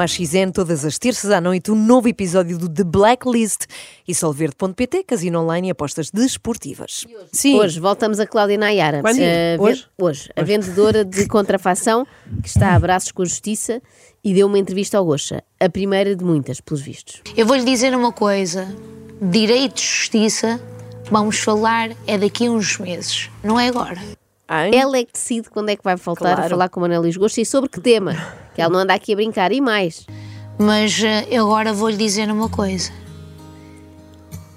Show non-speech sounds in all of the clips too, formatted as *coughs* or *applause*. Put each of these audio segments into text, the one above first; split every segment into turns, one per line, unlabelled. à XN todas as terças à noite um novo episódio do The Blacklist e solverde.pt, casino online e apostas desportivas.
Sim.
Hoje voltamos a Cláudia Nayara.
Quando?
Eh, ve-
Hoje?
hoje, a vendedora de contrafação que está a braços com a justiça e deu uma entrevista ao Gocha. A primeira de muitas, pelos vistos.
Eu vou lhe dizer uma coisa: direito e justiça, vamos falar é daqui a uns meses, não é agora.
Hein?
Ela é que decide quando é que vai voltar
Claro.
a falar com o Manuel Luís Gocha e sobre que tema. Que ela não anda aqui a brincar. E mais,
Mas eh, eu agora vou lhe dizer uma coisa: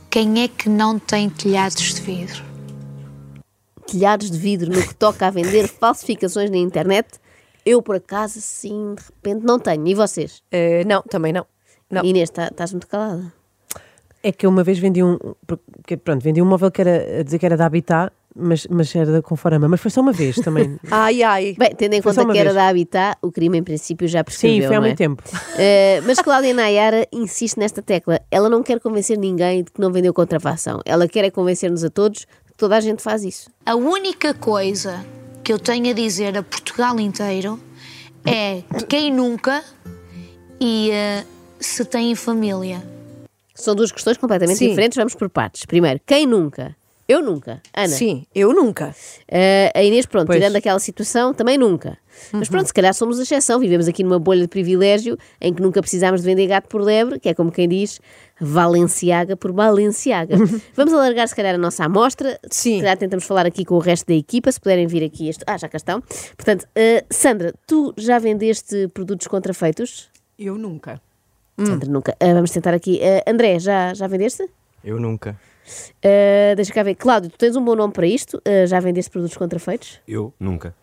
quem é que não tem telhados de vidro?
telhados de vidro no que toca a
*laughs*
vender falsificações na internet. Eu, por acaso, sim, de repente, não tenho. E vocês?
Eh, não, também não. Não.
Inês, tá- estás muito calada.
É que eu uma vez vendi um. porque, Pronto, vendi um móvel que era a dizer que era da Habitat, mas, mas era da Conforama. Mas foi só uma vez
*laughs*
também.
Ai, ai.
Bem, tendo em
Foi só
conta que
uma
era
vez.
da Habitat, o crime em princípio já prescreveu,
Sim, foi há
não é?
muito tempo.
Uh, mas Cláudia Nayara insiste nesta tecla. Ela não quer convencer ninguém de que não vendeu contrafação. Ela quer é convencer-nos a todos que toda a gente faz isso.
A única coisa que eu tenho a dizer a Portugal inteiro é quem nunca e eh, se tem família.
São duas questões completamente
Sim.
diferentes. Vamos por partes. Primeiro, quem nunca? Eu nunca. Ana.
Sim, eu nunca.
Uh, a Inês, pronto,
Pois.
tirando aquela situação, também nunca. Mas pronto, se calhar somos a exceção. Vivemos aqui numa bolha de privilégio em que nunca precisámos de vender gato por lebre, que é como quem diz Valenciaga por Valenciaga. Vamos alargar, se calhar, a nossa amostra.
Sim.
Se calhar tentamos falar aqui com o resto da equipa, se puderem vir aqui. Este... Ah, já cá estão. Portanto, uh, Sandra, tu já vendeste produtos contrafeitos?
Eu nunca.
Sandra, nunca. Uh, vamos tentar aqui. Uh, André, já, já vendeste?
Eu nunca.
Uh, deixa cá ver. Cláudio, tu tens um bom nome para isto? Uh, já vendeste produtos contrafeitos?
Eu nunca.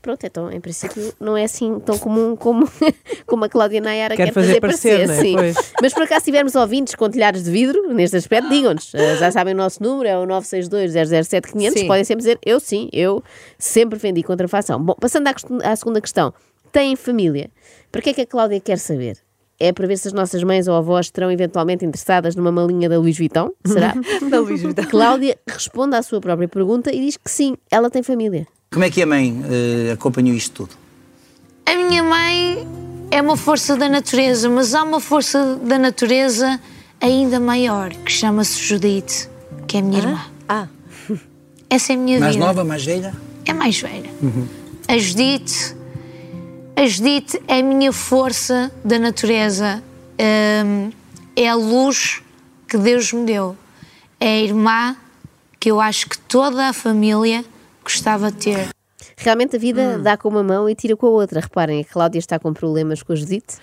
Pronto, então em princípio não é assim tão comum como, *laughs* como a Cláudia Nayara
Quer
quer,
fazer parecer, não é?
sim.
Pois.
Mas por acaso se tivermos ouvintes com telhares de vidro, neste aspecto, digam-nos. Eh, Já sabem o nosso número, é o 962-007-500.
Sim.
Podem sempre dizer, eu sim, eu sempre vendi contrafação. Bom, passando à, quest- à segunda questão. Têm família. Para que é que a Cláudia quer saber? É para ver se as nossas mães ou avós estarão eventualmente interessadas numa malinha da Luís Vitão?
*laughs*
Será?
Da Luís Vidal.
Cláudia responde à sua própria pergunta e diz que sim, ela tem família.
Como é que a mãe eh, acompanhou isto tudo?
A minha mãe é uma força da natureza, mas há uma força da natureza ainda maior que chama-se Judite, que é a minha irmã.
Ah,
*laughs* Essa é a minha
Mais
vida.
nova, Uhum. mais velha? *laughs*
É mais velha. A Judite, a Judite é a minha força da natureza. Hum, é a luz que Deus me deu. É a irmã que eu acho que toda a família gostava de ter.
Realmente a vida
Hum.
dá com uma mão e tira com a outra. Reparem, a Cláudia está com problemas com a Judite,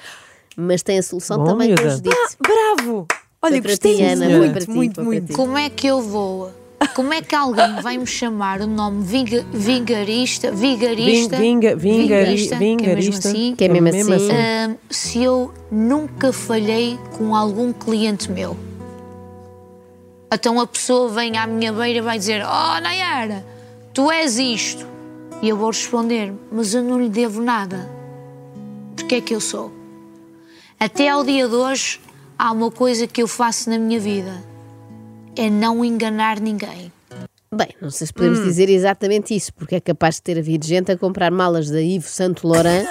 mas tem a solução
Bom,
também com a
miúda.
Judite.
*laughs* bravo! Ah, Olha,
Foi para
gostei
ti, Ana, foi
muito,
para ti,
muito,
foi para
muito.
ti.
Como é que eu vou? Como é que alguém vai me chamar o nome vinga- vingarista? Vigarista?
Vinga- vinga-
vingarista, que é mesmo
vingarista.
assim,
Que é mesmo assim.
hum, se eu nunca falhei com algum cliente meu. Então a pessoa vem à minha beira e vai dizer: Oh, Nayara, tu és isto. E eu vou responder: Mas eu não lhe devo nada. Porque é que eu sou? Até ao dia de hoje, há uma coisa que eu faço na minha vida: é não enganar ninguém.
Ah, Bem, não sei se podemos
Hum.
dizer exatamente isso, porque é capaz de ter havido gente a comprar malas da Ivo Santo Laurent,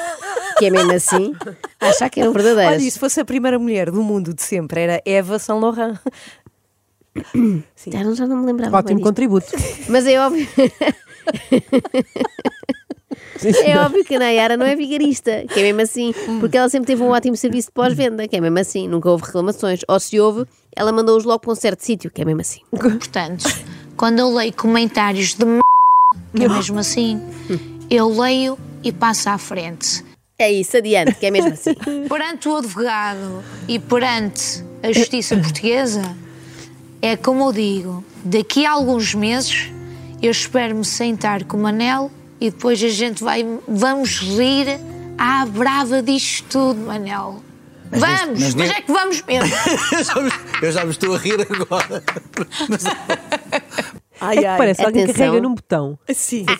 que é mesmo assim,
*laughs*
a achar que eram
Olha,
verdadeiras.
e se fosse a primeira mulher do mundo de sempre, era Eva Saint Laurent. *laughs*
já, não, já não me lembrava. bem
Ótimo
disto. *laughs*
contributo.
Mas é óbvio. É óbvio que a Nayara não é vigarista, que é mesmo assim, porque ela sempre teve um ótimo serviço de pós-venda, que é mesmo assim, nunca houve reclamações. Ou se houve, ela mandou-os logo para um certo sítio, que é mesmo assim.
Portanto, quando eu leio comentários de m... que é mesmo assim, eu leio e passo à frente.
É isso, adiante, que é mesmo assim.
Perante o advogado e perante a justiça portuguesa, é como eu digo, daqui a alguns meses eu espero-me sentar com o Manel e depois a gente vai, vamos rir à brava disto tudo, Manel. vamos, mas,
mas nem-
é que vamos mesmo.
Eu já, me, eu já me estou a rir agora.
Ai,
É que
ai.
parece alguém
Atenção.
carrega num botão.
Sim.
*laughs*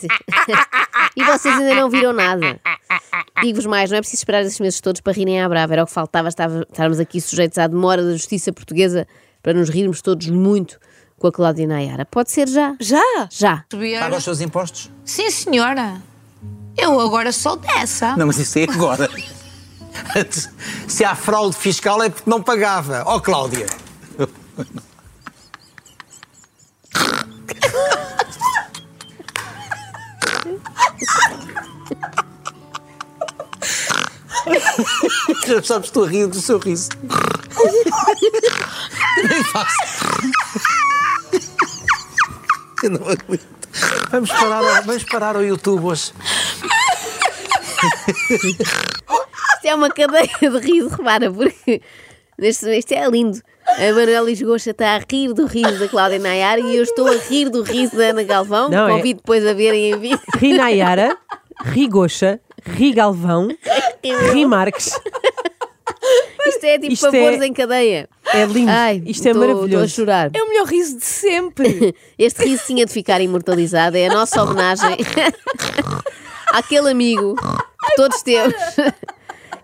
E vocês ainda não viram nada. Digo-vos mais, não é preciso esperar esses meses todos para rirem à brava. Era o que faltava, estava- estarmos aqui sujeitos à demora da justiça portuguesa para nos rirmos todos muito com a Cláudia Nayara. Pode ser já.
Já?
Já.
Paga os seus impostos?
Sim, senhora. Eu agora sou dessa.
Não, mas isso é agora. Se há fraude fiscal é porque não pagava. Ó, Cláudia. Já sabes, estou a rir do seu riso. Nem faço. Eu não aguento. Vamos parar, ao- vamos parar ao YouTube hoje.
Isto é uma cadeia de riso, repara, porque neste, isto é lindo. A Manuela Lisgocha está a rir do riso da Cláudia Nayar e eu estou a rir do riso da Ana Galvão.
Não, é-
Convido depois a verem em vídeo.
Rinayara, Rigocha, Rigalvão, Rimarques.
Isto é tipo
Isto é-
favores em cadeia.
É lindo.
Ai,
Isto é
tô- Estou a
maravilhoso.
chorar.
É o melhor riso de
*laughs*
sempre.
Este riso tinha de ficar imortalizado. É a nossa homenagem *laughs* àquele amigo que todos temos. *laughs*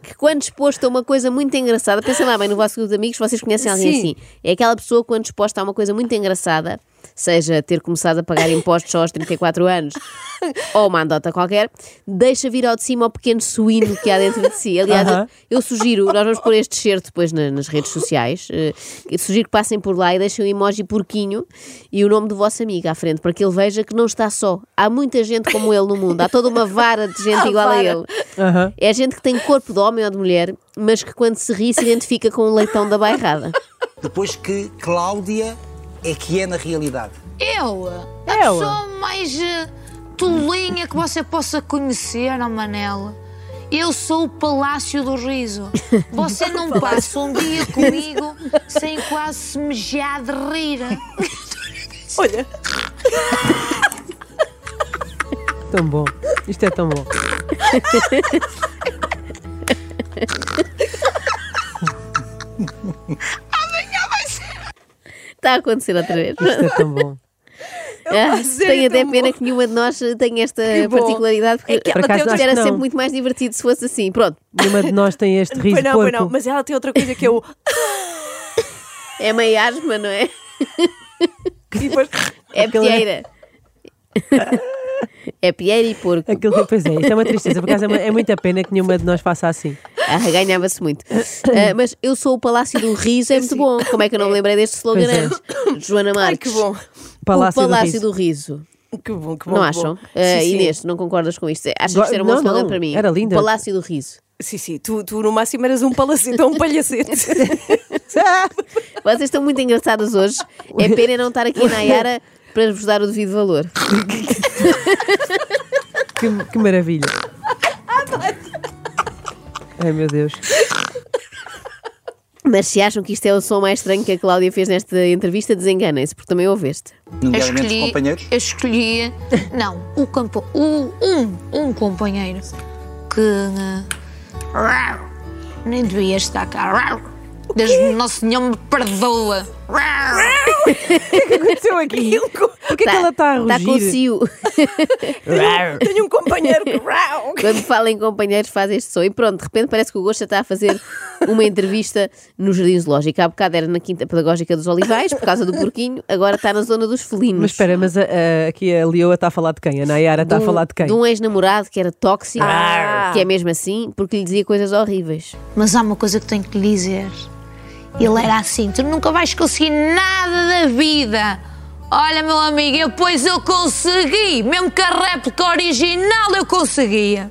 Que quando exposto a uma coisa muito engraçada, pensem lá bem no vosso grupo de amigos, vocês conhecem alguém
Sim.
assim. É aquela pessoa que quando exposta a uma coisa muito engraçada, seja ter começado a pagar impostos só aos 34 anos ou uma andota qualquer, deixa vir ao de cima o pequeno suíno que há dentro de si. Aliás,
Aham.
eu sugiro, nós vamos pôr este cheiro depois na- nas redes sociais. eh, eu sugiro que passem por lá e deixem o emoji porquinho e o nome do vosso amigo à frente, para que ele veja que não está só. Há muita gente como ele no mundo, há toda uma vara de *laughs* gente
Há
igual a
vara.
ele.
Aham.
É gente que tem corpo de homem ou de mulher, mas que quando se ri se identifica com o leitão da bairrada.
Depois que Cláudia é que é na realidade.
Eu? A
Ela.
pessoa mais eh, tolinha que você possa conhecer, oh Manela. Eu sou o Palácio do Riso. Você não passa um dia comigo sem quase se mejar de rir.
Olha,
Tão bom. Isto é tão bom.
Está a acontecer outra *laughs* vez.
Isto é tão bom.
Ah,
*laughs* fazer,
tenho
é
até
tão
pena que nenhuma de nós tenha esta
Que bom.
particularidade, porque
É que ela
Por acaso
tem outra...
acho
era
que não.
sempre muito mais divertido se fosse assim. Pronto,
Nenhuma de nós tem este riso
Pois não,
porco.
pois não. Mas ela tem outra coisa que
*laughs*
eu.
é meio asma, não é?
*laughs* E depois...
*laughs* É
Aquele-
pieira. *laughs* É pieira e porco.
Aquilo, pois é, isto é uma tristeza. Por acaso é, uma- é muita pena que nenhuma de nós faça assim.
Ah, ganhava-se muito.
*coughs*
Ah, mas eu sou o Palácio do Riso, é muito bom. Como é que eu não me lembrei deste slogan
Pois é.
antes? Joana
Ai,
Marques.
que bom.
Palácio,
o Palácio
do,
do Riso.
Que bom, que bom.
Não
que
acham?
Bom.
Ah,
sim,
Inês,
Sim.
não concordas com isto? Achas
Go-
que isto era um bom
Não,
slogan
não,
para mim?
era linda.
O Palácio do Riso.
Sim, sim. Tu, tu no máximo eras um palacete ou um
*laughs*
palhacete.
Vocês estão muito engraçadas hoje. É pena eu não estar
*laughs*
aqui na Yara para vos dar o devido valor.
Riso. Que, que maravilha. Ai meu Deus.
Mas se acham que isto é o som mais estranho que a Cláudia fez nesta entrevista, desenganem-se, porque também ouveste.
Eu
Nomeadamente os
escolhi,
companheiros.
eu escolhi, não, o campo, o- um, um companheiro que eh, nem devia estar cá. Deus Nosso Senhor me perdoa.
aconteceu aqui? Porquê É que ela está a rugir?
Está Tá, com o cio.
Tenho um companheiro que. Rau.
*laughs* Quando falam em companheiros, faz este som. E pronto, de repente parece que o Gosta está a fazer uma entrevista no Jardim Zoológico. Há bocado era na Quinta Pedagógica dos Olivais, por causa do porquinho, agora está na zona dos felinos.
Mas espera, mas a- a- aqui a Leoa está a falar de quem? A Nayara está a
De um-
falar de quem?
De um ex-namorado que era tóxico,
Ah.
que é mesmo assim, porque lhe dizia coisas horríveis.
Mas há uma coisa que tenho que lhe dizer. Ele era assim, tu nunca vais conseguir nada da vida. Olha, meu amigo, eu, pois eu consegui. Mesmo que a réplica original eu conseguia.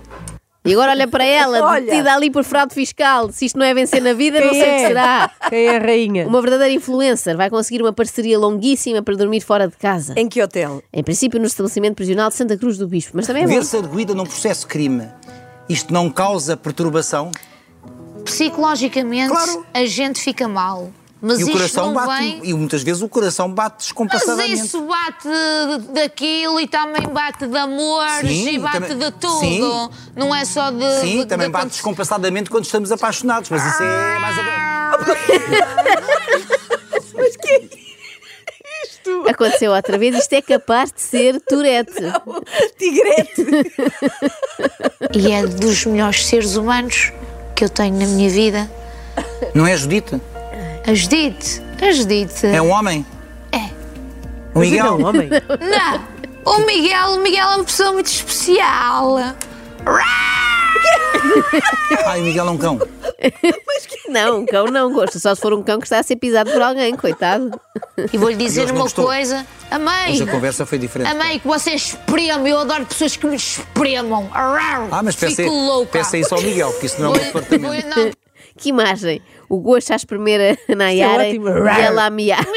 E agora olha para
*laughs*
ela,
Olha.
detida ali por fraude fiscal. Se isto não é vencer na vida, não
Quem
sei o
é?
que será.
Quem é a rainha?
Uma verdadeira influencer vai conseguir uma parceria longuíssima para dormir fora de casa.
Em que hotel?
Em princípio, no estabelecimento prisional de Santa Cruz do Bispo, mas também é bom.
Ver-se arguída num processo de crime, isto não causa perturbação?
Psicologicamente,
Claro.
a gente fica mal. Mas
e o
isto
coração
não
bate.
vem.
E muitas vezes o coração bate
Mas
descompassadamente.
isso bate daquilo e também bate de amores
Sim,
e bate
também-
de tudo.
Sim.
Não é só de.
Sim,
de- Ah!
também
de-
bate descompassadamente quando estamos apaixonados, mas isso é mais. a-
Aconteceu outra vez, isto é capaz de ser Tourette.
Tigrete.
E é dos melhores seres humanos que eu tenho na minha vida.
Não é Judite?
A Judite. A Judite.
É um homem?
É.
O
Mas então,
Miguel?
Não,
*laughs*
homem.
é Não, o Miguel, o Miguel é uma pessoa muito especial.
Ai, Miguel é um cão.
Não, um cão não gosta, só se for um cão que está a ser pisado por alguém, coitado.
E vou-lhe dizer
Deus não
uma
gostou.
coisa. Amei.
Hoje a conversa foi diferente.
Amei que vocês espremam. Eu adoro pessoas que me espremam. Arrar.
Ah, mas peça,
Fico louca.
peça isso ao Miguel, que isso não é um
Vou-lhe-
departamento.
vou-lhe- não,
Que imagem! O gosto a *laughs* espremer a Nayara
é ótimo.
e ela a miar. Por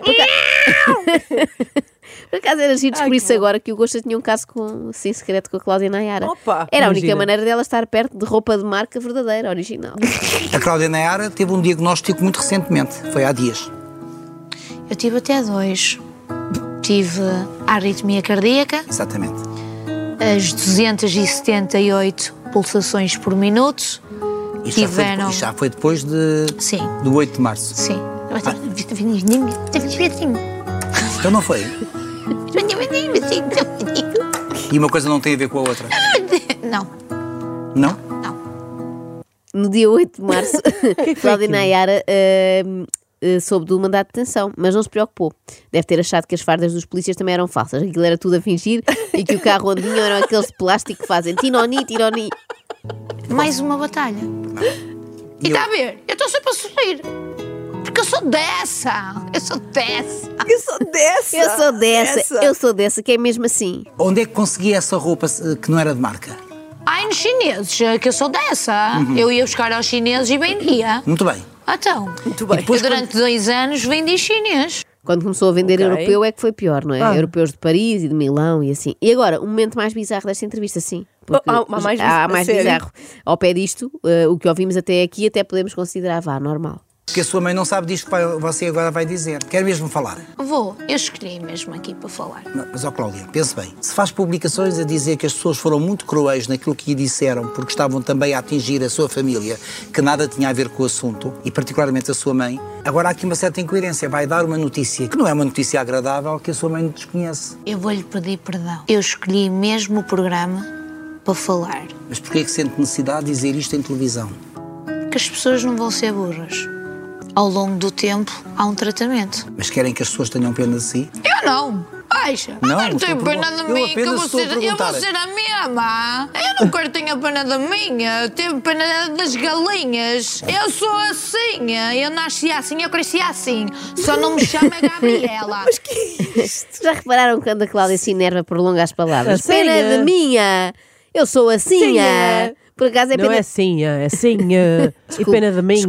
acaso- *laughs* Por acaso era giro descobrir isso agora que o Gosta tinha um caso com, assim, secreto com a Cláudia Nayara.
Opa,
era a única
imagina.
maneira dela estar perto de roupa de marca verdadeira, original.
A Cláudia Nayara teve um diagnóstico muito recentemente, foi há dias.
Eu tive até dois. Tive arritmia cardíaca,
Exatamente.
as 278 pulsações por minuto.
Isto já, foi,
Tiveram.
depois- isto já foi depois de,
Sim.
do 8 de março.
Sim.
Então não foi. E uma coisa não tem a ver com a outra.
Não,
Não?
No dia 8 de março,
*laughs*
Cláudia Nayara hum, eh, soube do mandato de detenção, mas não se preocupou. Deve ter achado que as fardas dos polícias também eram falsas, aquilo era tudo a fingir e que o carro onde vinham eram aqueles de plástico que fazem tironi, tironi.
mais uma batalha. E tá-
eu-
está a ver? Eu estou sempre a sorrir. Porque eu sou dessa. Eu sou dessa.
Eu sou dessa!
Eu sou dessa, eu sou dessa, que é mesmo assim.
Onde é que consegui essa roupa eh, que não era de marca?
Ai, nos chineses, é que eu sou dessa. Eu ia buscar aos chineses e vendia.
Muito bem.
Então, eu durante dois anos vendi chinês.
Quando começou a vender
Ok.
europeu é que foi pior, não é?
Ah.
Europeus de Paris e de Milão e assim. E agora, o momento mais bizarro desta entrevista, sim. Porque
Ah, há mais
há
bizarro,
mais
sério?
bizarro. Ao pé disto, eh, o que ouvimos até aqui, até podemos considerar, vá, normal.
Porque a sua mãe não sabe disto que vai- você agora vai dizer. Quer mesmo falar.
Vou, eu escolhi mesmo aqui para falar.
Não, Mas, ó Cláudia, pense bem. Se faz publicações a dizer que as pessoas foram muito cruéis naquilo que lhe disseram, porque estavam também a atingir a sua família, que nada tinha a ver com o assunto, e particularmente a sua mãe, agora há aqui uma certa incoerência. Vai dar uma notícia que não é uma notícia agradável, que a sua mãe desconhece.
Eu vou-lhe pedir perdão. Eu escolhi mesmo o programa para falar.
Mas porquê é que sente necessidade de dizer isto em televisão?
Porque as pessoas não vão ser burras. Ao longo do tempo, há um tratamento.
Mas querem que as pessoas tenham pena de si?
Eu não. Baixa.
Não,
eu não
estou a
tenho pena
perguntar.
de mim,
Eu
que eu
apenas
vou,
estou a
ser, eu vou
perguntar.
ser a mesma. Eu não quero que tenha pena da minha. Eu tenho pena das galinhas. Eu sou assim. Eu nasci assim, eu cresci assim. Só não me chama
*laughs*
Gabriela. Mas que
Já repararam quando a Cláudia se enerva por longa as palavras?
A
Pena
senha.
de minha! Eu sou assim!
Senha.
Por acaso é
não
pena.
é assim, é assim. é. E pena da minha.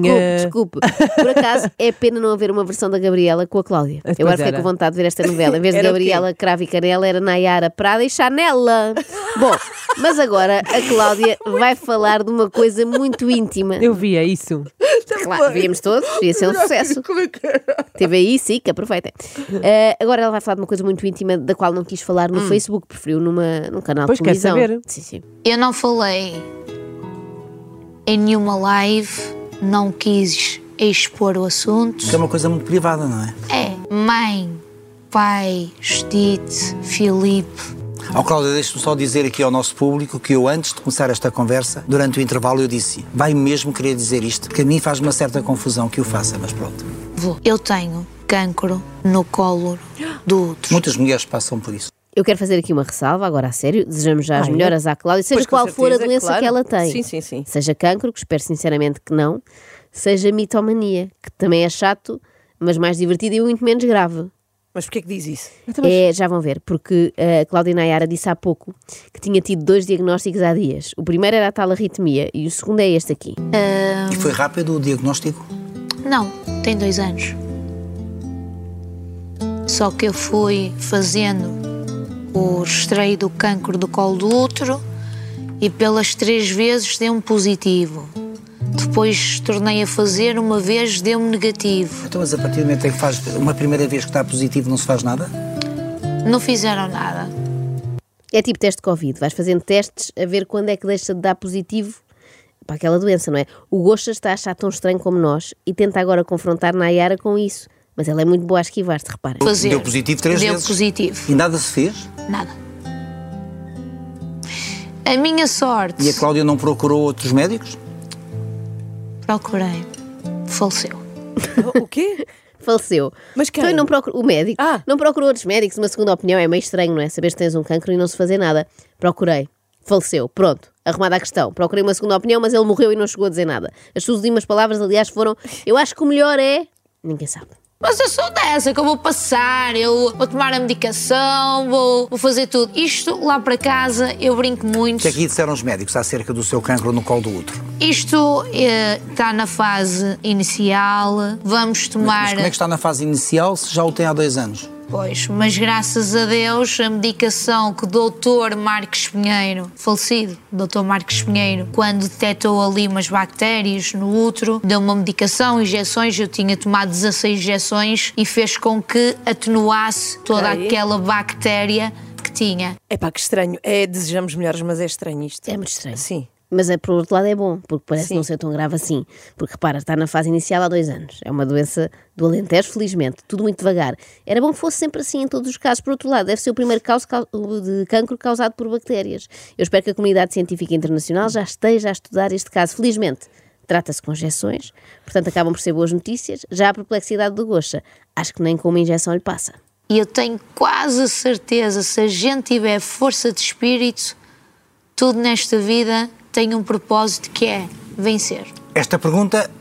Desculpe, desculpe. Por acaso é pena não haver uma versão da Gabriela com a Cláudia.
Pois
Eu agora fiquei
era.
com vontade de ver esta novela. Em vez de
*laughs* Era o quê?
Gabriela Cravo e Canela, era Nayara Prada e Chanela. Bom, mas agora a
*laughs*
Cláudia vai falar de uma coisa muito íntima.
Eu via isso.
Claro, víamos todos, ia ser um sucesso. Teve aí, sim, que aproveitem. Eh, agora ela vai falar de uma coisa muito íntima da qual não quis falar no Facebook, preferiu numa, num canal
Hum. Pois
de
quer
televisão.
saber.
Sim, sim.
Eu não falei em nenhuma live, não quis expor o assunto.
Isto é uma coisa muito privada, não é?
É mãe, pai, Estite, Filipe.
Ó Cláudia, deixe-me só dizer aqui ao nosso público que eu, antes de começar esta conversa, durante o intervalo, eu disse: vai mesmo querer dizer isto? Porque a mim faz uma certa confusão que o faça, mas pronto.
Vou. Eu tenho cancro no colo do outro.
Muitas mulheres passam por isso.
Eu quero fazer aqui uma ressalva, agora a sério. Desejamos já as
Ai,
melhoras à Cláudia, seja
Pois, com
qual for a
certeza,
doença
claro.
que ela tem.
Sim, sim, sim.
Seja cancro, que espero sinceramente que não. Seja mitomania, que também é chato, mas mais divertido e muito menos grave.
Mas porquê que diz isso?
Então,
É, já vão ver, porque eh, a Cláudia Nayara disse há pouco que tinha tido dois diagnósticos há dias. O primeiro era a tal arritmia e o segundo é este aqui.
E foi rápido o diagnóstico?
Não, tem dois anos. Só que eu fui fazendo o extraio do cancro do colo do útero e pelas três vezes deu-me positivo. Depois tornei a fazer uma vez, deu-me negativo.
Então, mas a partir do momento em que faz uma primeira vez que está positivo, não se faz nada?
Não fizeram nada.
É tipo teste de Covid, vais fazendo testes a ver quando é que deixa de dar positivo para aquela doença, não é? O Gosta está a achar tão estranho como nós e tenta agora confrontar Nayara com isso. Mas ela é muito boa a esquivar-se, reparem.
Fazer.
Deu positivo três
Deu
vezes.
positivo.
E nada se fez?
Nada. A minha sorte.
E a Cláudia não procurou outros médicos?
Procurei. Faleceu.
Oh,
O quê?
Faleceu.
Mas quem?
Então não procura o médico.
Ah.
Não procurou outros médicos, uma segunda opinião. É meio estranho, não é? Saber se tens um cancro e não se fazer nada. Procurei. Faleceu. Pronto. Arrumada a questão. Procurei uma segunda opinião, mas ele morreu e não chegou a dizer nada. As suas últimas palavras, aliás, foram: Eu acho que o melhor é. Ninguém sabe.
Mas eu sou dessa, que eu vou passar, eu vou tomar a medicação, vou, vou fazer tudo. Isto lá para casa, eu brinco
O
muito.
que é que lhe disseram os médicos acerca do seu cancro no colo do útero?
Isto eh, está na fase inicial, vamos tomar.
Mas como é que está na fase inicial se já o tem há dois anos?
Pois, mas graças a Deus a medicação que o doutor Marcos Pinheiro, falecido, doutor Marcos Pinheiro, quando detectou ali umas bactérias no útero, deu uma medicação, injeções, eu tinha tomado 16 injeções e fez com que atenuasse toda
Ok.
aquela bactéria que tinha.
É pá, que estranho. É, desejamos melhores, mas é estranho isto.
É muito estranho.
Sim.
Mas é, por outro lado é bom, porque parece
Sim.
não ser tão grave assim. Porque repara, está na fase inicial há dois anos. É uma doença do Alentejo, felizmente, tudo muito devagar. Era bom que fosse sempre assim em todos os casos. Por outro lado, deve ser o primeiro caso cau- de cancro causado por bactérias. Eu espero que a comunidade científica internacional já esteja a estudar este caso. Felizmente, trata-se com injeções, portanto acabam por ser boas notícias. Já a perplexidade do Goxa, acho que nem com uma injeção lhe passa.
E eu tenho quase a certeza, se a gente tiver força de espírito, tudo nesta vida tem um propósito que é vencer.
Esta pergunta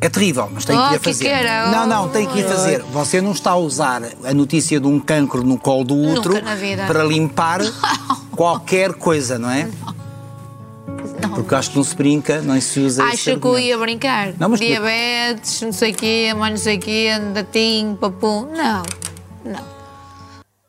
é terrível, mas tenho
Oh,
que lhe a
que
fazer.
que era?
Não, não, tenho que lhe fazer. Você não está a usar a notícia de um cancro no colo do útero
na vida. *laughs*
para limpar qualquer coisa, não é? Porque acho que não se brinca, nem se usa esse
Acha que eu
argumento.
ia brincar?
é. Não, mas-
Diabetes, não sei o quê, mais não sei o quê, datinho, papum. Não, não.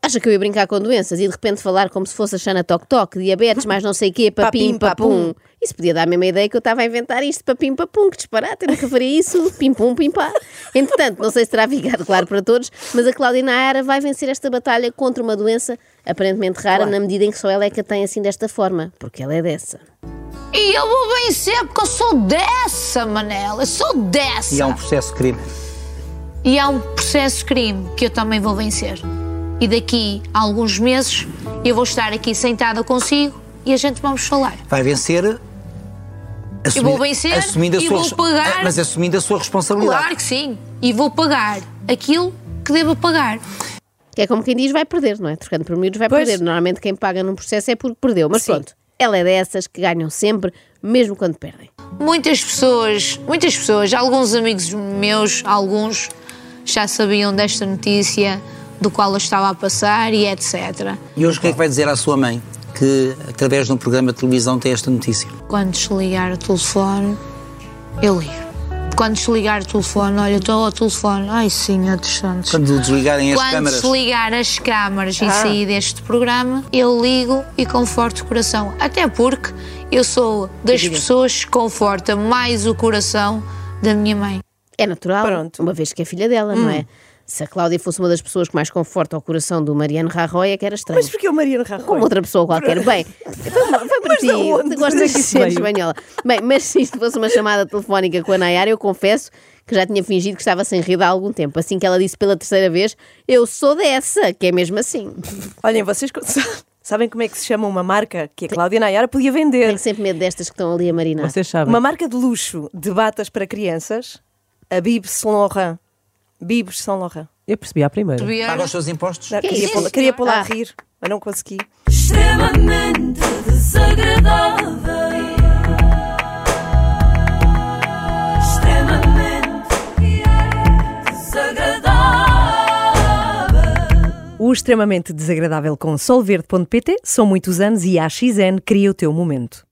Acha que eu ia brincar com doenças e de repente falar como se fosse a Xana Toc Toc, diabetes, mais não sei o quê,
*laughs*
papim,
Papim, papum.
papum. Isso podia dar a mesma ideia que eu estava a inventar isto, papim, papum, que disparate, eu nunca faria isso, *laughs* pim, pum, pim, pá. Entretanto, não sei se terá ficado claro para todos, mas a Claudina Aera vai vencer esta batalha contra uma doença aparentemente rara, na medida em que só ela é que a tem assim desta forma, porque ela é dessa.
E eu vou vencer porque eu sou dessa, Manela. Eu sou dessa.
E há um processo de crime.
E há um processo de crime que eu também vou vencer. E daqui a alguns meses eu vou estar aqui sentada consigo e a gente vamos falar.
Vai vencer. assumindo-
vou vencer
assumindo a
e
sua,
vou
res-
pagar.
Ah, Mas assumindo a sua responsabilidade.
Claro que sim. E vou pagar aquilo que devo pagar.
Que é como quem diz, vai perder, não é? Trocando por miúdos, vai
Pois.
perder. Normalmente quem paga num processo é porque perdeu, mas pronto, ela é dessas que ganham sempre, mesmo quando perdem.
Muitas pessoas, muitas pessoas, alguns amigos meus, alguns já sabiam desta notícia do qual eu estava a passar e etc.
E hoje o que é que vai dizer à sua mãe que, através de um programa de televisão, tem esta notícia?
Quando desligar o telefone, eu ligo. Quando desligar o telefone, olha, estou ao telefone. Ai, senhor dos santos.
Quando desligarem as
Quando
câmaras.
desligar as câmaras e sair deste programa, eu ligo e conforto o coração. Até porque eu sou das pessoas que conforta mais o coração da minha mãe.
É natural,
Pronto. Hum.
uma vez que é filha dela, não é? Se a Cláudia fosse uma das pessoas que mais conforta o coração do Mariano Rajoy, é que era estranho.
Mas porquê o Mariano Rajoy?
Como outra pessoa qualquer. Bem, foi, uma- foi para
Mas
ti.
de onde?
Tu gostas de
Desse
ser
meio.
espanhola. Bem, mas se isto fosse uma chamada telefónica com a Nayara, eu confesso que já tinha fingido que estava sem rir há algum tempo. Assim que ela disse pela terceira vez, eu sou dessa, que é mesmo assim.
Olhem, vocês co- *laughs* sabem como é que se chama uma marca que a Cláudia Nayara podia vender?
Tenho sempre medo destas que estão ali a marinar.
Vocês sabem.
Uma marca de luxo de batas para crianças, a Bibes Saint Laurent. Bibes Saint Laurent.
Eu percebi à primeira.
Tá
Paga os seus impostos?
Não,
Que é
queria
isso,
pô-la- queria pô-la
senhora?
a
Ah.
rir, mas não consegui.
extremamente desagradável. Extremamente desagradável.
O extremamente desagradável com solverde.pt são muitos anos e a AXN cria o teu momento.